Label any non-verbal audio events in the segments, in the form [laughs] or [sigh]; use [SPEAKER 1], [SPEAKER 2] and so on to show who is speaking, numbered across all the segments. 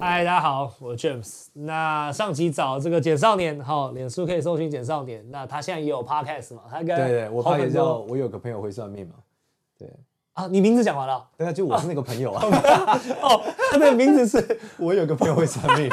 [SPEAKER 1] 嗨，大家好，我是 James。那上集找这个简少年，哈、脸书可以搜寻简少年。那他现在也有 podcast 嘛？他跟
[SPEAKER 2] 对对，我
[SPEAKER 1] 哎好
[SPEAKER 2] 怕
[SPEAKER 1] 很
[SPEAKER 2] 也叫
[SPEAKER 1] 多
[SPEAKER 2] 我有个朋友会算命嘛。对，
[SPEAKER 1] 啊，你名字讲完了
[SPEAKER 2] 对啊，就我是那个朋友啊，
[SPEAKER 1] 哦， [laughs] 他的名字是 [laughs]
[SPEAKER 2] 我有个朋友会算 [laughs] 命。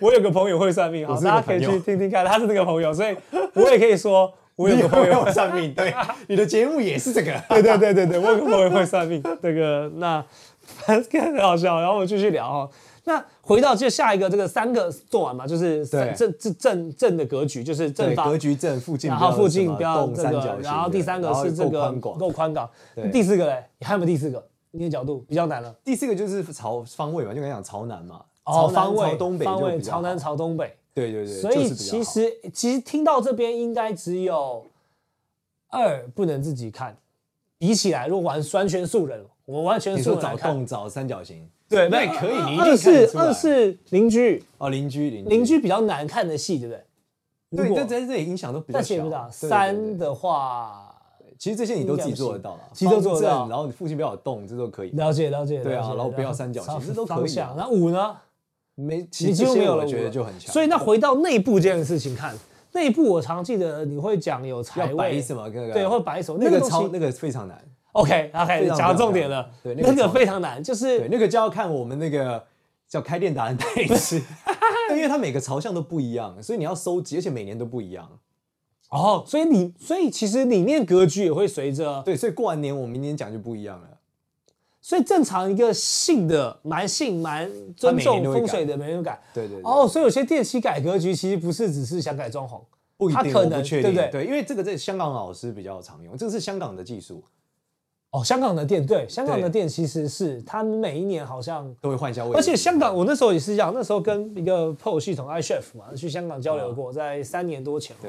[SPEAKER 1] 我有个朋友会算命，好，
[SPEAKER 2] 我是那
[SPEAKER 1] 大
[SPEAKER 2] 个
[SPEAKER 1] 家可以
[SPEAKER 2] 朋
[SPEAKER 1] 去听
[SPEAKER 2] 友
[SPEAKER 1] 听看，他是那个朋友，所以我也可以说我有
[SPEAKER 2] 你
[SPEAKER 1] 个朋友
[SPEAKER 2] 会算命，对，你的节目也是这 [laughs] 个。
[SPEAKER 1] [laughs] 对对对对对，我有个朋友会算命， [laughs] 这个那反正很好笑。然后我们继续聊哦。那回到这下一个这个三个做完嘛，就是
[SPEAKER 2] 对
[SPEAKER 1] 正正正正的格局，就是正
[SPEAKER 2] 对，
[SPEAKER 1] 方
[SPEAKER 2] 格。局正，附近
[SPEAKER 1] 然
[SPEAKER 2] 不
[SPEAKER 1] 后
[SPEAKER 2] 要
[SPEAKER 1] 附近
[SPEAKER 2] 什么
[SPEAKER 1] 不要
[SPEAKER 2] 动
[SPEAKER 1] 这
[SPEAKER 2] 三角
[SPEAKER 1] 个
[SPEAKER 2] 形，的，
[SPEAKER 1] 然后第三个
[SPEAKER 2] 然后
[SPEAKER 1] 是这
[SPEAKER 2] 够
[SPEAKER 1] 个
[SPEAKER 2] 宽广。
[SPEAKER 1] 够宽广
[SPEAKER 2] 对，
[SPEAKER 1] 第四个嘞，还有没有第四个？你的角度比较难了。
[SPEAKER 2] 第四个就是朝方位嘛，就跟你讲朝南嘛，
[SPEAKER 1] 哦，
[SPEAKER 2] 朝南
[SPEAKER 1] 方位、
[SPEAKER 2] 朝东北就
[SPEAKER 1] 方位、
[SPEAKER 2] 比较
[SPEAKER 1] 朝南、
[SPEAKER 2] 好，
[SPEAKER 1] 朝东北。
[SPEAKER 2] 对对对，
[SPEAKER 1] 所以
[SPEAKER 2] 就是比较
[SPEAKER 1] 其
[SPEAKER 2] 好
[SPEAKER 1] 实其实听到这边应该只有二不能自己看，比起来如果玩完全素人，我们完全
[SPEAKER 2] 你
[SPEAKER 1] 素
[SPEAKER 2] 说
[SPEAKER 1] 人来
[SPEAKER 2] 找
[SPEAKER 1] 看，
[SPEAKER 2] 洞找三角形，
[SPEAKER 1] 对，
[SPEAKER 2] [laughs] 那也可以，你一
[SPEAKER 1] 二
[SPEAKER 2] 定看
[SPEAKER 1] 是
[SPEAKER 2] 得出来
[SPEAKER 1] 二是邻居，
[SPEAKER 2] 哦，邻居邻
[SPEAKER 1] 邻居比较难看的戏，对不对？
[SPEAKER 2] 对，
[SPEAKER 1] 如果
[SPEAKER 2] 但在这里影响都比较
[SPEAKER 1] 但
[SPEAKER 2] 小。
[SPEAKER 1] 写不
[SPEAKER 2] 对
[SPEAKER 1] 到
[SPEAKER 2] 对对对
[SPEAKER 1] 三的话，
[SPEAKER 2] 其实这些你都自己做得到啦，
[SPEAKER 1] 其实都做得到
[SPEAKER 2] 方正然后你附近不要有洞，这都可以。
[SPEAKER 1] 了解了解，
[SPEAKER 2] 对啊
[SPEAKER 1] 了解
[SPEAKER 2] 然后不要三角形
[SPEAKER 1] 了解
[SPEAKER 2] 这都可以啊
[SPEAKER 1] 方向那五呢？
[SPEAKER 2] 没，其
[SPEAKER 1] 你
[SPEAKER 2] 实
[SPEAKER 1] 几
[SPEAKER 2] 这
[SPEAKER 1] 乎没
[SPEAKER 2] 些
[SPEAKER 1] 有
[SPEAKER 2] 我
[SPEAKER 1] 了，
[SPEAKER 2] 觉
[SPEAKER 1] 五
[SPEAKER 2] 得
[SPEAKER 1] 了
[SPEAKER 2] 就很强。
[SPEAKER 1] 所以那回到内部这件事情看，内部我常记得你会讲有财
[SPEAKER 2] 要
[SPEAKER 1] 位，
[SPEAKER 2] 摆什么？那个
[SPEAKER 1] 对，会摆手
[SPEAKER 2] 那
[SPEAKER 1] 个
[SPEAKER 2] 个
[SPEAKER 1] 东西
[SPEAKER 2] 超那个非常难，
[SPEAKER 1] OK OK，
[SPEAKER 2] 非常
[SPEAKER 1] 讲到
[SPEAKER 2] 非常
[SPEAKER 1] 重点
[SPEAKER 2] 难啊
[SPEAKER 1] 了，
[SPEAKER 2] 对那个
[SPEAKER 1] 那个
[SPEAKER 2] 超
[SPEAKER 1] 非常难，就
[SPEAKER 2] 对，
[SPEAKER 1] 是
[SPEAKER 2] 那个就要看我们那个叫开店达人那一次，对因为它每个朝向都不一样，所以你要收集，而且每年都不一样。
[SPEAKER 1] 哦，所以你所以其实理念格局也会随着，
[SPEAKER 2] 对，所以过完年我明年讲就不一样了。
[SPEAKER 1] 所以正常一个信的蛮信蛮尊
[SPEAKER 2] 每
[SPEAKER 1] 重
[SPEAKER 2] 年都会
[SPEAKER 1] 风水的没人改。
[SPEAKER 2] 对对对
[SPEAKER 1] 哦，所以有些电器改格局其实不是只是想改装潢，
[SPEAKER 2] 不一
[SPEAKER 1] 他
[SPEAKER 2] 定，
[SPEAKER 1] 可
[SPEAKER 2] 我
[SPEAKER 1] 能
[SPEAKER 2] 不确
[SPEAKER 1] 对
[SPEAKER 2] 定。
[SPEAKER 1] 不对
[SPEAKER 2] 因为这个在香港老师比较常用，这个是香港的技术，
[SPEAKER 1] 哦，香港的店对，香港的
[SPEAKER 2] 对
[SPEAKER 1] 店其实是他们每一年好像
[SPEAKER 2] 都会换一下位置。
[SPEAKER 1] 而且香港，我那时候也是一样，那时候跟一个 PO 系统 iChef 嘛，去香港交流
[SPEAKER 2] 啊
[SPEAKER 1] 过，在三年多前哦，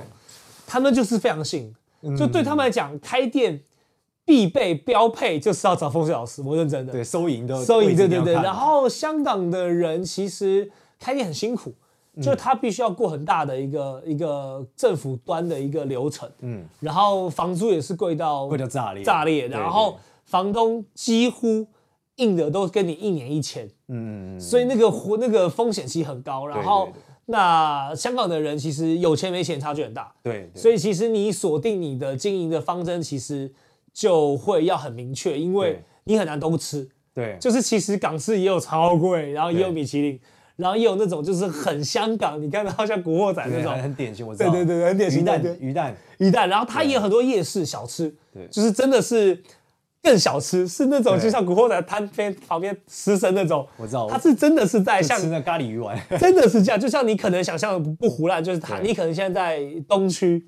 [SPEAKER 1] 他们就是非常信，
[SPEAKER 2] 嗯
[SPEAKER 1] 就对他们来讲，开店必备标配就是要找风水老师，我认真的，
[SPEAKER 2] 对收银都
[SPEAKER 1] 收
[SPEAKER 2] 位
[SPEAKER 1] 益，
[SPEAKER 2] 置
[SPEAKER 1] 对
[SPEAKER 2] 一定
[SPEAKER 1] 对
[SPEAKER 2] 要
[SPEAKER 1] 对。
[SPEAKER 2] 看
[SPEAKER 1] 然后香港的人其实开店很辛苦，
[SPEAKER 2] 嗯
[SPEAKER 1] 就是他必须要过很大的一个一个政府端的一个流程，嗯
[SPEAKER 2] 嗯，
[SPEAKER 1] 然后房租也是贵到
[SPEAKER 2] 会叫炸裂，
[SPEAKER 1] 炸裂，
[SPEAKER 2] 对
[SPEAKER 1] 然后房东几乎硬的都跟你一年一签。
[SPEAKER 2] 对嗯嗯嗯，
[SPEAKER 1] 所以那个活那个风险其实很高。然后
[SPEAKER 2] 对对
[SPEAKER 1] 那香港的人其实有钱没钱差距很大，
[SPEAKER 2] 对，对
[SPEAKER 1] 所以其实你锁定你的经营的方针，其实就会要很明确，因为
[SPEAKER 2] 对
[SPEAKER 1] 你很难都吃。
[SPEAKER 2] 对，
[SPEAKER 1] 就是其实港式也有超贵，然后也有
[SPEAKER 2] 对
[SPEAKER 1] 米其林，然后也有那种就是很香港，你看到像古惑仔那
[SPEAKER 2] 对
[SPEAKER 1] 种
[SPEAKER 2] 很，很典型，我知
[SPEAKER 1] 对
[SPEAKER 2] 道，
[SPEAKER 1] 对对，很典型
[SPEAKER 2] 鱼
[SPEAKER 1] 的
[SPEAKER 2] 蛋鱼蛋，
[SPEAKER 1] 一代，然后它也有很多夜市小吃，
[SPEAKER 2] 对
[SPEAKER 1] 就是真的是更小吃，是那种
[SPEAKER 2] 对
[SPEAKER 1] 就像古惑仔摊边旁边食神那种，
[SPEAKER 2] 我知道
[SPEAKER 1] 它是真的是在像
[SPEAKER 2] 吃那咖喱鱼丸，
[SPEAKER 1] 真的是这样，就像你可能想象的不胡乱，就是它，
[SPEAKER 2] 对
[SPEAKER 1] 你可能现在在东区，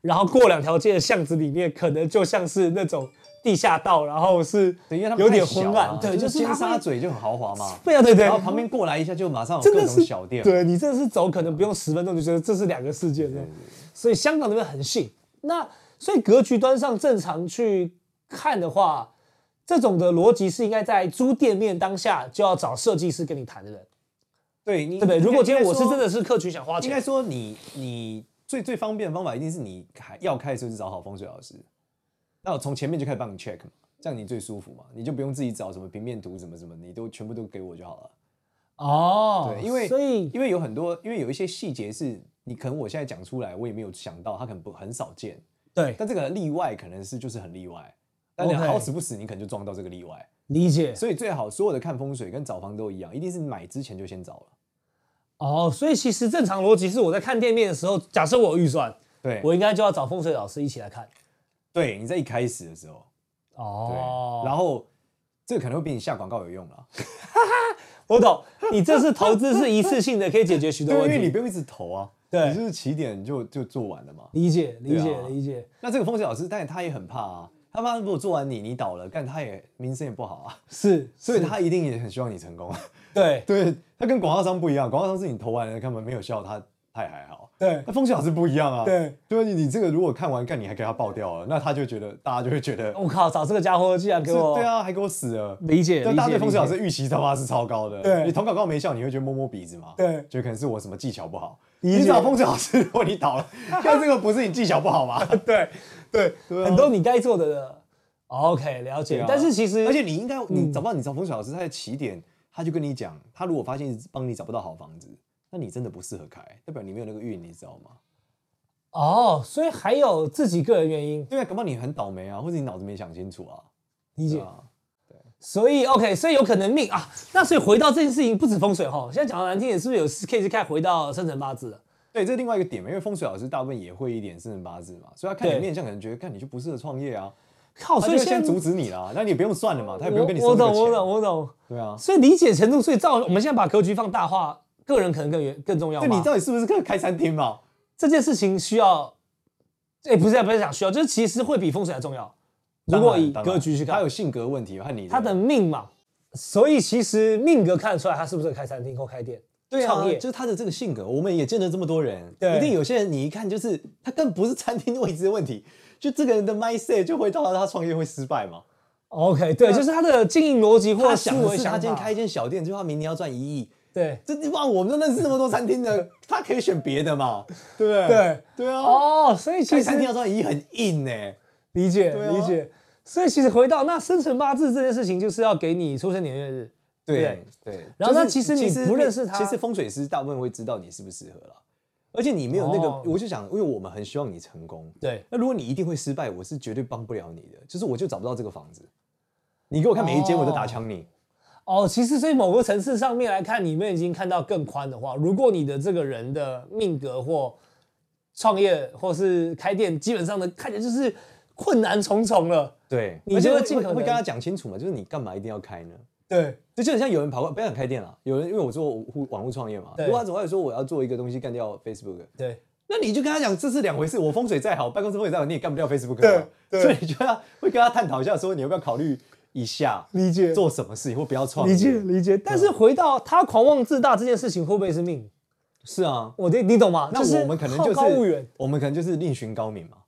[SPEAKER 1] 然后过两条街的巷子里面，可能就像是那种地下道，然后是
[SPEAKER 2] 对，因为它
[SPEAKER 1] 有点
[SPEAKER 2] 太小
[SPEAKER 1] 昏
[SPEAKER 2] 了
[SPEAKER 1] 暗，对，就是是它
[SPEAKER 2] 尖沙
[SPEAKER 1] 会，
[SPEAKER 2] 咀就很豪华嘛，
[SPEAKER 1] 对啊，对对
[SPEAKER 2] 然，后旁边过来一下就马上有
[SPEAKER 1] 真
[SPEAKER 2] 哦各
[SPEAKER 1] 的
[SPEAKER 2] 种
[SPEAKER 1] 是
[SPEAKER 2] 小店，
[SPEAKER 1] 对你真的是走可能不用十分钟就觉得这是两个世界的，所以香港那边很信。那所以格局端上正常去看的话，这种的逻辑是应该在租店面当下就要找设计师跟你谈的人，
[SPEAKER 2] 对，你
[SPEAKER 1] 对不对？如果今天我是真
[SPEAKER 2] 的。
[SPEAKER 1] 的是客群想花
[SPEAKER 2] 应
[SPEAKER 1] 钱
[SPEAKER 2] 该，说你你最最方便的方法一定是你开要开的时候就找好风水老师，那我从前面就开始帮你 check 嘛，这样你最舒服嘛，你就不用自己找什么平面图什么什么，你都全部都给我就好了。
[SPEAKER 1] 哦
[SPEAKER 2] 对，因为
[SPEAKER 1] 所以
[SPEAKER 2] 因为有很多，因为有一些细节是你可能我现在讲出来，我也没有想到，它可能不很少见，
[SPEAKER 1] 对
[SPEAKER 2] 但这个例外可能是就是很例外。但你
[SPEAKER 1] OK
[SPEAKER 2] 好死不死，你可能就撞到这个例外，
[SPEAKER 1] 理解
[SPEAKER 2] 所以最好所有的看风水跟找房都一样，一定是买之前就先找了。
[SPEAKER 1] 哦，所以其实正常逻辑是我在看店面的时候，假设我有预算，
[SPEAKER 2] 对，
[SPEAKER 1] 我应该就要找风水老师一起来看。
[SPEAKER 2] 对，你在一开始的时候，对，
[SPEAKER 1] 哦，
[SPEAKER 2] 然后这个可能会比你下广告有用了，
[SPEAKER 1] 我懂，你这次投资是一次性的，可以解决许多
[SPEAKER 2] 对，
[SPEAKER 1] 问
[SPEAKER 2] 因为你
[SPEAKER 1] 题。
[SPEAKER 2] 不用一直投啊，
[SPEAKER 1] 对
[SPEAKER 2] 你就是起点就就做完了嘛。
[SPEAKER 1] 理解，理解
[SPEAKER 2] 对，啊
[SPEAKER 1] 理解，
[SPEAKER 2] 那这个风水老师，但他也很怕啊，他妈如果做完你，你倒了，干他也名声也不好啊，
[SPEAKER 1] 是，
[SPEAKER 2] 所以他一定也很希望你成功啊。
[SPEAKER 1] 对，
[SPEAKER 2] 对，他跟广告商不一样，广告商是你投完了根本没有效，他他也还好。
[SPEAKER 1] 对，
[SPEAKER 2] 那风水老师不一样啊，
[SPEAKER 1] 对，
[SPEAKER 2] 对你你这个如果看完干你还给他爆掉了，那他就觉得大家就会觉得
[SPEAKER 1] 我靠，找这个家伙竟然
[SPEAKER 2] 是
[SPEAKER 1] 给我
[SPEAKER 2] 对啊，还给我死了。
[SPEAKER 1] 理解，
[SPEAKER 2] 但大家对风水老
[SPEAKER 1] 理
[SPEAKER 2] 师预期他妈是超高的，
[SPEAKER 1] 对
[SPEAKER 2] 你投广告没效，你会觉得摸摸鼻子嘛？
[SPEAKER 1] 对
[SPEAKER 2] 就可能是我什么技巧不好。
[SPEAKER 1] 理解
[SPEAKER 2] 你找风水老师，如果你
[SPEAKER 1] [laughs]
[SPEAKER 2] 倒了，看这个不是你技巧不好吗？对对
[SPEAKER 1] 解
[SPEAKER 2] 对啊
[SPEAKER 1] 很多你该做的。OK，了
[SPEAKER 2] 对
[SPEAKER 1] 解
[SPEAKER 2] 啊，
[SPEAKER 1] 但是其实，嗯
[SPEAKER 2] 而且你应该，你找不到你找风水老师，他的起点，他就跟你讲，他如果发现帮你找不到好房子，那你真的不适合开，代表你没有那个运，你知道吗？
[SPEAKER 1] 哦，所以还有自己个人原因，
[SPEAKER 2] 对啊，搞不好你很倒霉啊，或者你脑子没想清楚啊，
[SPEAKER 1] 理
[SPEAKER 2] 对
[SPEAKER 1] 解。
[SPEAKER 2] 啊，
[SPEAKER 1] 所以 OK，所以有可能命啊。那所以回到这件事情，不止风水哈，现在讲的难听点，是不是有可以是看回到生辰八字了？
[SPEAKER 2] 对，这是另外一个点嘛，因为风水老师大部分也会一点生辰八字嘛，所以他看你
[SPEAKER 1] 对
[SPEAKER 2] 面相，可能觉得，看你就不适合创业啊，
[SPEAKER 1] 靠，
[SPEAKER 2] 他
[SPEAKER 1] 所
[SPEAKER 2] 就
[SPEAKER 1] 以
[SPEAKER 2] 会先
[SPEAKER 1] 现在
[SPEAKER 2] 阻止你啦，那你也不用算了嘛，他也不
[SPEAKER 1] 我
[SPEAKER 2] 用跟你收
[SPEAKER 1] 我
[SPEAKER 2] 这个
[SPEAKER 1] 懂，
[SPEAKER 2] 钱，
[SPEAKER 1] 我懂，我懂。
[SPEAKER 2] 对啊，
[SPEAKER 1] 所以理解程度，所以照我们现在把格局放大化，个人可能更远更重要
[SPEAKER 2] 就
[SPEAKER 1] 吗
[SPEAKER 2] 你到底是不是开开餐厅嘛？
[SPEAKER 1] 这件事情需要，哎、不是啊不是讲需要，就是其实会比风水还重要。如
[SPEAKER 2] 当
[SPEAKER 1] 果
[SPEAKER 2] 然
[SPEAKER 1] 以
[SPEAKER 2] 当然
[SPEAKER 1] 格局去
[SPEAKER 2] 他
[SPEAKER 1] 看
[SPEAKER 2] 有，性格问题和你
[SPEAKER 1] 他的命嘛，所以其实命格看得出来他是不是开餐厅或开店，
[SPEAKER 2] 对啊，
[SPEAKER 1] 创业
[SPEAKER 2] 就是他的这个性格，我们也见了这么多人，
[SPEAKER 1] 对
[SPEAKER 2] 一定有些人你一看就是他更不是餐厅位置的问题，就这个人的 mindset 就会到他创业会失败嘛。
[SPEAKER 1] OK，对，就是他的经营逻辑或
[SPEAKER 2] 啊他
[SPEAKER 1] 者思
[SPEAKER 2] 想的
[SPEAKER 1] 维
[SPEAKER 2] 是
[SPEAKER 1] 想
[SPEAKER 2] 他
[SPEAKER 1] 法。
[SPEAKER 2] 今天开一间小店，就他明年要赚一亿，
[SPEAKER 1] 对
[SPEAKER 2] 这地方我们都认识这么多餐厅 [laughs] 的，他可以选别的嘛，对不对？
[SPEAKER 1] 对
[SPEAKER 2] 对啊，
[SPEAKER 1] 哦，所以其
[SPEAKER 2] 开
[SPEAKER 1] 实
[SPEAKER 2] 餐厅要赚一亿很硬呢、
[SPEAKER 1] 理解、
[SPEAKER 2] 对啊
[SPEAKER 1] 理解，所以其实回到那生辰八字这件事情，就是要给你出生年月日。
[SPEAKER 2] 对对，
[SPEAKER 1] 然后
[SPEAKER 2] 就
[SPEAKER 1] 那
[SPEAKER 2] 是
[SPEAKER 1] 其实你不认识他
[SPEAKER 2] 其实风水师大部分会知道你适不适合了，而且你没有那个，
[SPEAKER 1] 哦
[SPEAKER 2] 我就想，因为我们很希望你成功，
[SPEAKER 1] 对，
[SPEAKER 2] 那如果你一定会失败，我是绝对帮不了你的，就是我就找不到这个房子。你给我看每一间，
[SPEAKER 1] 哦
[SPEAKER 2] 我都打枪你。
[SPEAKER 1] 哦，其实所以某个层次上面来看，你们已经看到更宽的话，如果你的这个人的命格或创业或是开店，基本上的看起来就是困难重重了。
[SPEAKER 2] 对，
[SPEAKER 1] 你
[SPEAKER 2] 而且
[SPEAKER 1] 就
[SPEAKER 2] 会
[SPEAKER 1] 会尽
[SPEAKER 2] 会
[SPEAKER 1] 可
[SPEAKER 2] 会
[SPEAKER 1] 能
[SPEAKER 2] 跟他讲清楚嘛，就是你干嘛一定要开呢？
[SPEAKER 1] 对，
[SPEAKER 2] 这就很像有人跑过，不要想开店了。有人因为我做互网络创业嘛，
[SPEAKER 1] 对
[SPEAKER 2] 如果他总会说我要做一个东西干掉 Facebook，
[SPEAKER 1] 对，
[SPEAKER 2] 那你就跟他讲这是两回事。我风水再好，办公室风水再好，你也干不掉 Facebook 嘛。
[SPEAKER 1] 对对
[SPEAKER 2] 所以你就要会跟他探讨一下，说你要不要考虑一下
[SPEAKER 1] 理解
[SPEAKER 2] 做什么事情，或不要创业。
[SPEAKER 1] 理解理解。但是回到他狂妄自大这件事情，会不会是命？
[SPEAKER 2] 是啊。
[SPEAKER 1] 我你你懂吗？
[SPEAKER 2] 那
[SPEAKER 1] 就是
[SPEAKER 2] 我们可能就是
[SPEAKER 1] 好高骛远。
[SPEAKER 2] 我们可能就是另寻高明嘛。
[SPEAKER 1] 哦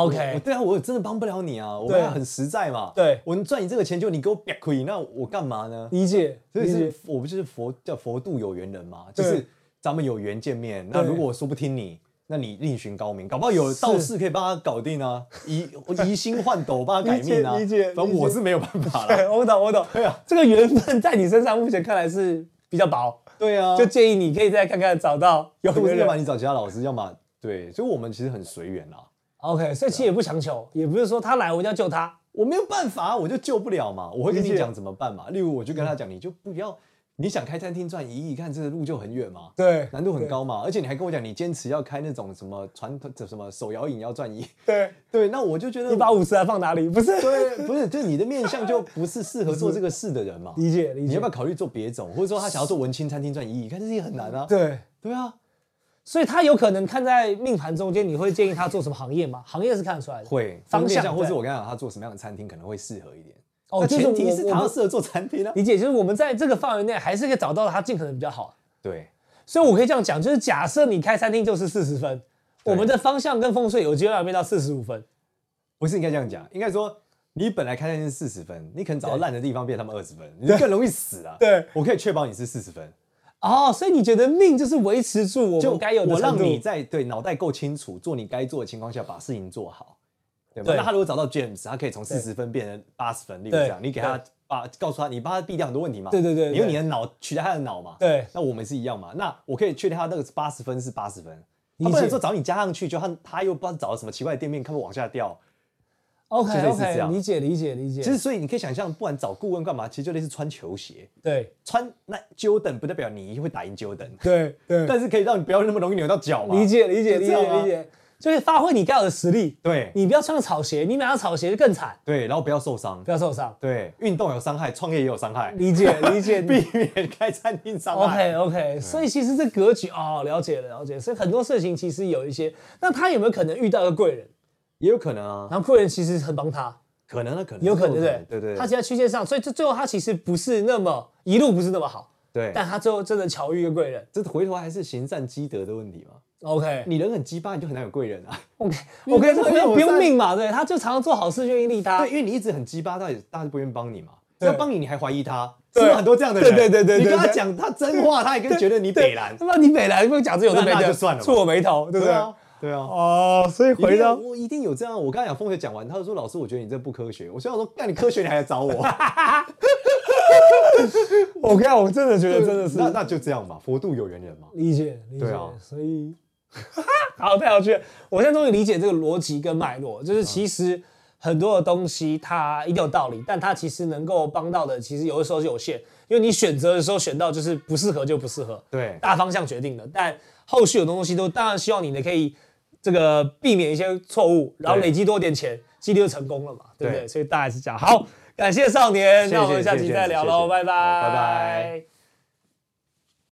[SPEAKER 2] 我
[SPEAKER 1] OK，
[SPEAKER 2] 对啊，我真的帮不了你啊，我
[SPEAKER 1] 对
[SPEAKER 2] 们很实在嘛。
[SPEAKER 1] 对
[SPEAKER 2] 我能赚你这个钱，就你给我瘪亏，那我干嘛呢？
[SPEAKER 1] 理解
[SPEAKER 2] 所以
[SPEAKER 1] 理
[SPEAKER 2] 是
[SPEAKER 1] 解。
[SPEAKER 2] 我不就是佛叫佛度有缘人嘛，就
[SPEAKER 1] 对
[SPEAKER 2] 是咱们有缘见面。那
[SPEAKER 1] 对
[SPEAKER 2] 如果我说不听你，那你另寻高明，搞不好有道士可以帮他搞定啊， [laughs] 移我移心换斗，帮他改命啊。
[SPEAKER 1] 理解理解
[SPEAKER 2] 反正我是没有办法
[SPEAKER 1] [laughs] [laughs]
[SPEAKER 2] 了。
[SPEAKER 1] 对，我懂我懂。
[SPEAKER 2] 对啊，
[SPEAKER 1] 这个缘分在你身上目前看来是比较薄，
[SPEAKER 2] 对啊，
[SPEAKER 1] 就建议你可以再看看找到有
[SPEAKER 2] 都
[SPEAKER 1] 缘
[SPEAKER 2] 是要
[SPEAKER 1] 人
[SPEAKER 2] 么。你找其他老师，要么对，所以我们其实很随缘啊啦。
[SPEAKER 1] OK，所以其实也不强求，也不是说他来我一定要救他。
[SPEAKER 2] 我没有办法，我就救不了嘛。我会跟
[SPEAKER 1] 理
[SPEAKER 2] 你
[SPEAKER 1] 解
[SPEAKER 2] 讲怎么办嘛。例如，我就跟他讲，你就不要，你想开餐厅赚一亿，看这个路就很远嘛，
[SPEAKER 1] 对
[SPEAKER 2] 难度很高嘛。而且你还跟我讲，你坚持要开那种什么传统、什么手摇饮要赚一亿，
[SPEAKER 1] 对，
[SPEAKER 2] 对，那我就觉得
[SPEAKER 1] 你把五十来放哪里？不是？
[SPEAKER 2] 对，不是，就是你的面相就不是适合做这个事的人嘛。
[SPEAKER 1] [laughs] 理解理
[SPEAKER 2] 你
[SPEAKER 1] 解。
[SPEAKER 2] 要不要考虑做别种，或者说他想要做文青餐厅赚一亿，看这也很难啊。
[SPEAKER 1] 对，
[SPEAKER 2] 对啊，
[SPEAKER 1] 所以他有可能看在命盘中间，你会建议他做什么行业吗？行业是看得出来的。
[SPEAKER 2] 会
[SPEAKER 1] 方
[SPEAKER 2] 面
[SPEAKER 1] 向
[SPEAKER 2] 相，或者
[SPEAKER 1] 对
[SPEAKER 2] 我刚才讲他做什么样的餐厅可能会适合一点。
[SPEAKER 1] 哦
[SPEAKER 2] 那
[SPEAKER 1] 就是
[SPEAKER 2] 前提
[SPEAKER 1] 我
[SPEAKER 2] 是
[SPEAKER 1] 我
[SPEAKER 2] 他要
[SPEAKER 1] 们
[SPEAKER 2] 适合做餐厅啊。
[SPEAKER 1] 理解，就是我们在这个范围内还是可以找到他尽可能比较好。
[SPEAKER 2] 对，
[SPEAKER 1] 所以我可以这样讲，就是假设你开餐厅就是四十分，
[SPEAKER 2] 对
[SPEAKER 1] 我们的方向跟风水有机会要变到四十五分。
[SPEAKER 2] 不是应该这样讲，应该说你本来开餐厅是四十分，你可能找到烂的地方变他们二十分，你就更容易死啊。
[SPEAKER 1] 对
[SPEAKER 2] 我可以确保你是四十分，
[SPEAKER 1] 哦，所以你觉得命就是维持住我
[SPEAKER 2] 就
[SPEAKER 1] 们该有的
[SPEAKER 2] 我
[SPEAKER 1] 程
[SPEAKER 2] 让
[SPEAKER 1] 度？
[SPEAKER 2] 你在对脑袋够清楚，做你该做的情况下把事情做好，对吧？
[SPEAKER 1] 对
[SPEAKER 2] 那他如果找到 James，他可以从四十分变成八十分，例如
[SPEAKER 1] 对
[SPEAKER 2] 这样，你给他把告诉他，你帮他避掉很多问题嘛。
[SPEAKER 1] 对对对对
[SPEAKER 2] 你用你的脑取代他的脑嘛。
[SPEAKER 1] 对
[SPEAKER 2] 那我们是一样嘛？那我可以确定他那个八十分是八十分。
[SPEAKER 1] 理
[SPEAKER 2] 他不能
[SPEAKER 1] 解
[SPEAKER 2] 说找你加上去，就他他又不知道找到什么奇怪的店面，看不往下掉。就类
[SPEAKER 1] OK
[SPEAKER 2] 似这
[SPEAKER 1] OK，
[SPEAKER 2] 样
[SPEAKER 1] 理解理解理解。
[SPEAKER 2] 其实，所以你可以想象，不管找顾问干嘛，其实就类似穿球鞋，
[SPEAKER 1] 对
[SPEAKER 2] 穿那 Jordan 不代表你会打赢 Jordan， [laughs]
[SPEAKER 1] 对对
[SPEAKER 2] 但是可以让你不要那么容易扭到脚嘛。
[SPEAKER 1] 理解理解
[SPEAKER 2] 就
[SPEAKER 1] 理
[SPEAKER 2] 这样
[SPEAKER 1] 解
[SPEAKER 2] 啊
[SPEAKER 1] 理解，就是发挥你该有的实力。
[SPEAKER 2] 对
[SPEAKER 1] 你不要穿个草鞋，你买上草鞋就更惨，
[SPEAKER 2] 对，然后不要受伤
[SPEAKER 1] 不。要受伤。
[SPEAKER 2] 对，运动有伤害，创业也有伤害，
[SPEAKER 1] 理
[SPEAKER 2] [laughs]
[SPEAKER 1] 解理解
[SPEAKER 2] 避免开餐厅伤害。
[SPEAKER 1] 嗯 OK
[SPEAKER 2] 嗯
[SPEAKER 1] OK，所以其实这格局哦，了解了了解。所以很多事情其实有一些，那他有没有可能遇到一个贵人？
[SPEAKER 2] 也有可能啊，
[SPEAKER 1] 然后贵人其实很帮他，
[SPEAKER 2] 可能啊，可能
[SPEAKER 1] 有可能对
[SPEAKER 2] 这
[SPEAKER 1] 不
[SPEAKER 2] 种
[SPEAKER 1] 对？
[SPEAKER 2] 对对，
[SPEAKER 1] 他其实在曲线上，所以最最后他其实不是那么一路不是那么好，
[SPEAKER 2] 对，
[SPEAKER 1] 但他最后真的巧遇一个贵人。
[SPEAKER 2] 这回头还是行善积德的问题嘛。
[SPEAKER 1] OK
[SPEAKER 2] 你人很鸡巴，你就很难有贵人啊。
[SPEAKER 1] OK
[SPEAKER 2] 你
[SPEAKER 1] OK，
[SPEAKER 2] 这
[SPEAKER 1] 这
[SPEAKER 2] 个
[SPEAKER 1] 不用
[SPEAKER 2] 我
[SPEAKER 1] 不用
[SPEAKER 2] 在
[SPEAKER 1] 命嘛，对，他就常常做好事，愿意利他
[SPEAKER 2] [laughs] 对，。因为你一直很鸡巴，大家大家就不愿意帮你嘛。
[SPEAKER 1] 对
[SPEAKER 2] 要帮你，你还怀疑他，是
[SPEAKER 1] 对
[SPEAKER 2] 不是很多这样的人？
[SPEAKER 1] 对对对对对
[SPEAKER 2] 你跟他
[SPEAKER 1] 对
[SPEAKER 2] 讲他真话，他
[SPEAKER 1] [laughs]
[SPEAKER 2] 也跟觉得你北蓝
[SPEAKER 1] 他。妈你北来不用讲这有的
[SPEAKER 2] 那
[SPEAKER 1] 没
[SPEAKER 2] 那
[SPEAKER 1] 的，
[SPEAKER 2] 就算了吧
[SPEAKER 1] 触我眉头，对不
[SPEAKER 2] 对
[SPEAKER 1] 对？
[SPEAKER 2] 啊，对啊。
[SPEAKER 1] 哦，所以
[SPEAKER 2] 一
[SPEAKER 1] 回
[SPEAKER 2] 定有
[SPEAKER 1] 到
[SPEAKER 2] 我一定有这样。我刚才哦讲风水讲完，他就说老师，我觉得你这不科学。我想说，干你科学，你还来找我？
[SPEAKER 1] 我跟你讲，我真的 [laughs] 觉得真的是
[SPEAKER 2] 那那就这样吧，佛度有缘人嘛。
[SPEAKER 1] 理解理解，
[SPEAKER 2] 对啊
[SPEAKER 1] 所以好太有趣了。我现在终于理解这个逻辑跟脉络，就是
[SPEAKER 2] 嗯
[SPEAKER 1] 其实很多的东西它一定有道理，但它其实能够帮到的，其实有的时候是有限，因为你选择的时候选到就是不适合就不适合，
[SPEAKER 2] 对，
[SPEAKER 1] 大方向决定的。但后续有的东西都当然希望你呢可以这个避免一些错误，然后
[SPEAKER 2] 对
[SPEAKER 1] 累积多点钱，几率就成功了嘛，对不对？
[SPEAKER 2] 对
[SPEAKER 1] 所以大概是这样。好，感谢少年，
[SPEAKER 2] 谢谢
[SPEAKER 1] 那我们下
[SPEAKER 2] 谢
[SPEAKER 1] 期
[SPEAKER 2] 谢
[SPEAKER 1] 再聊
[SPEAKER 2] 谢谢
[SPEAKER 1] 喽，拜拜，
[SPEAKER 2] 好拜拜。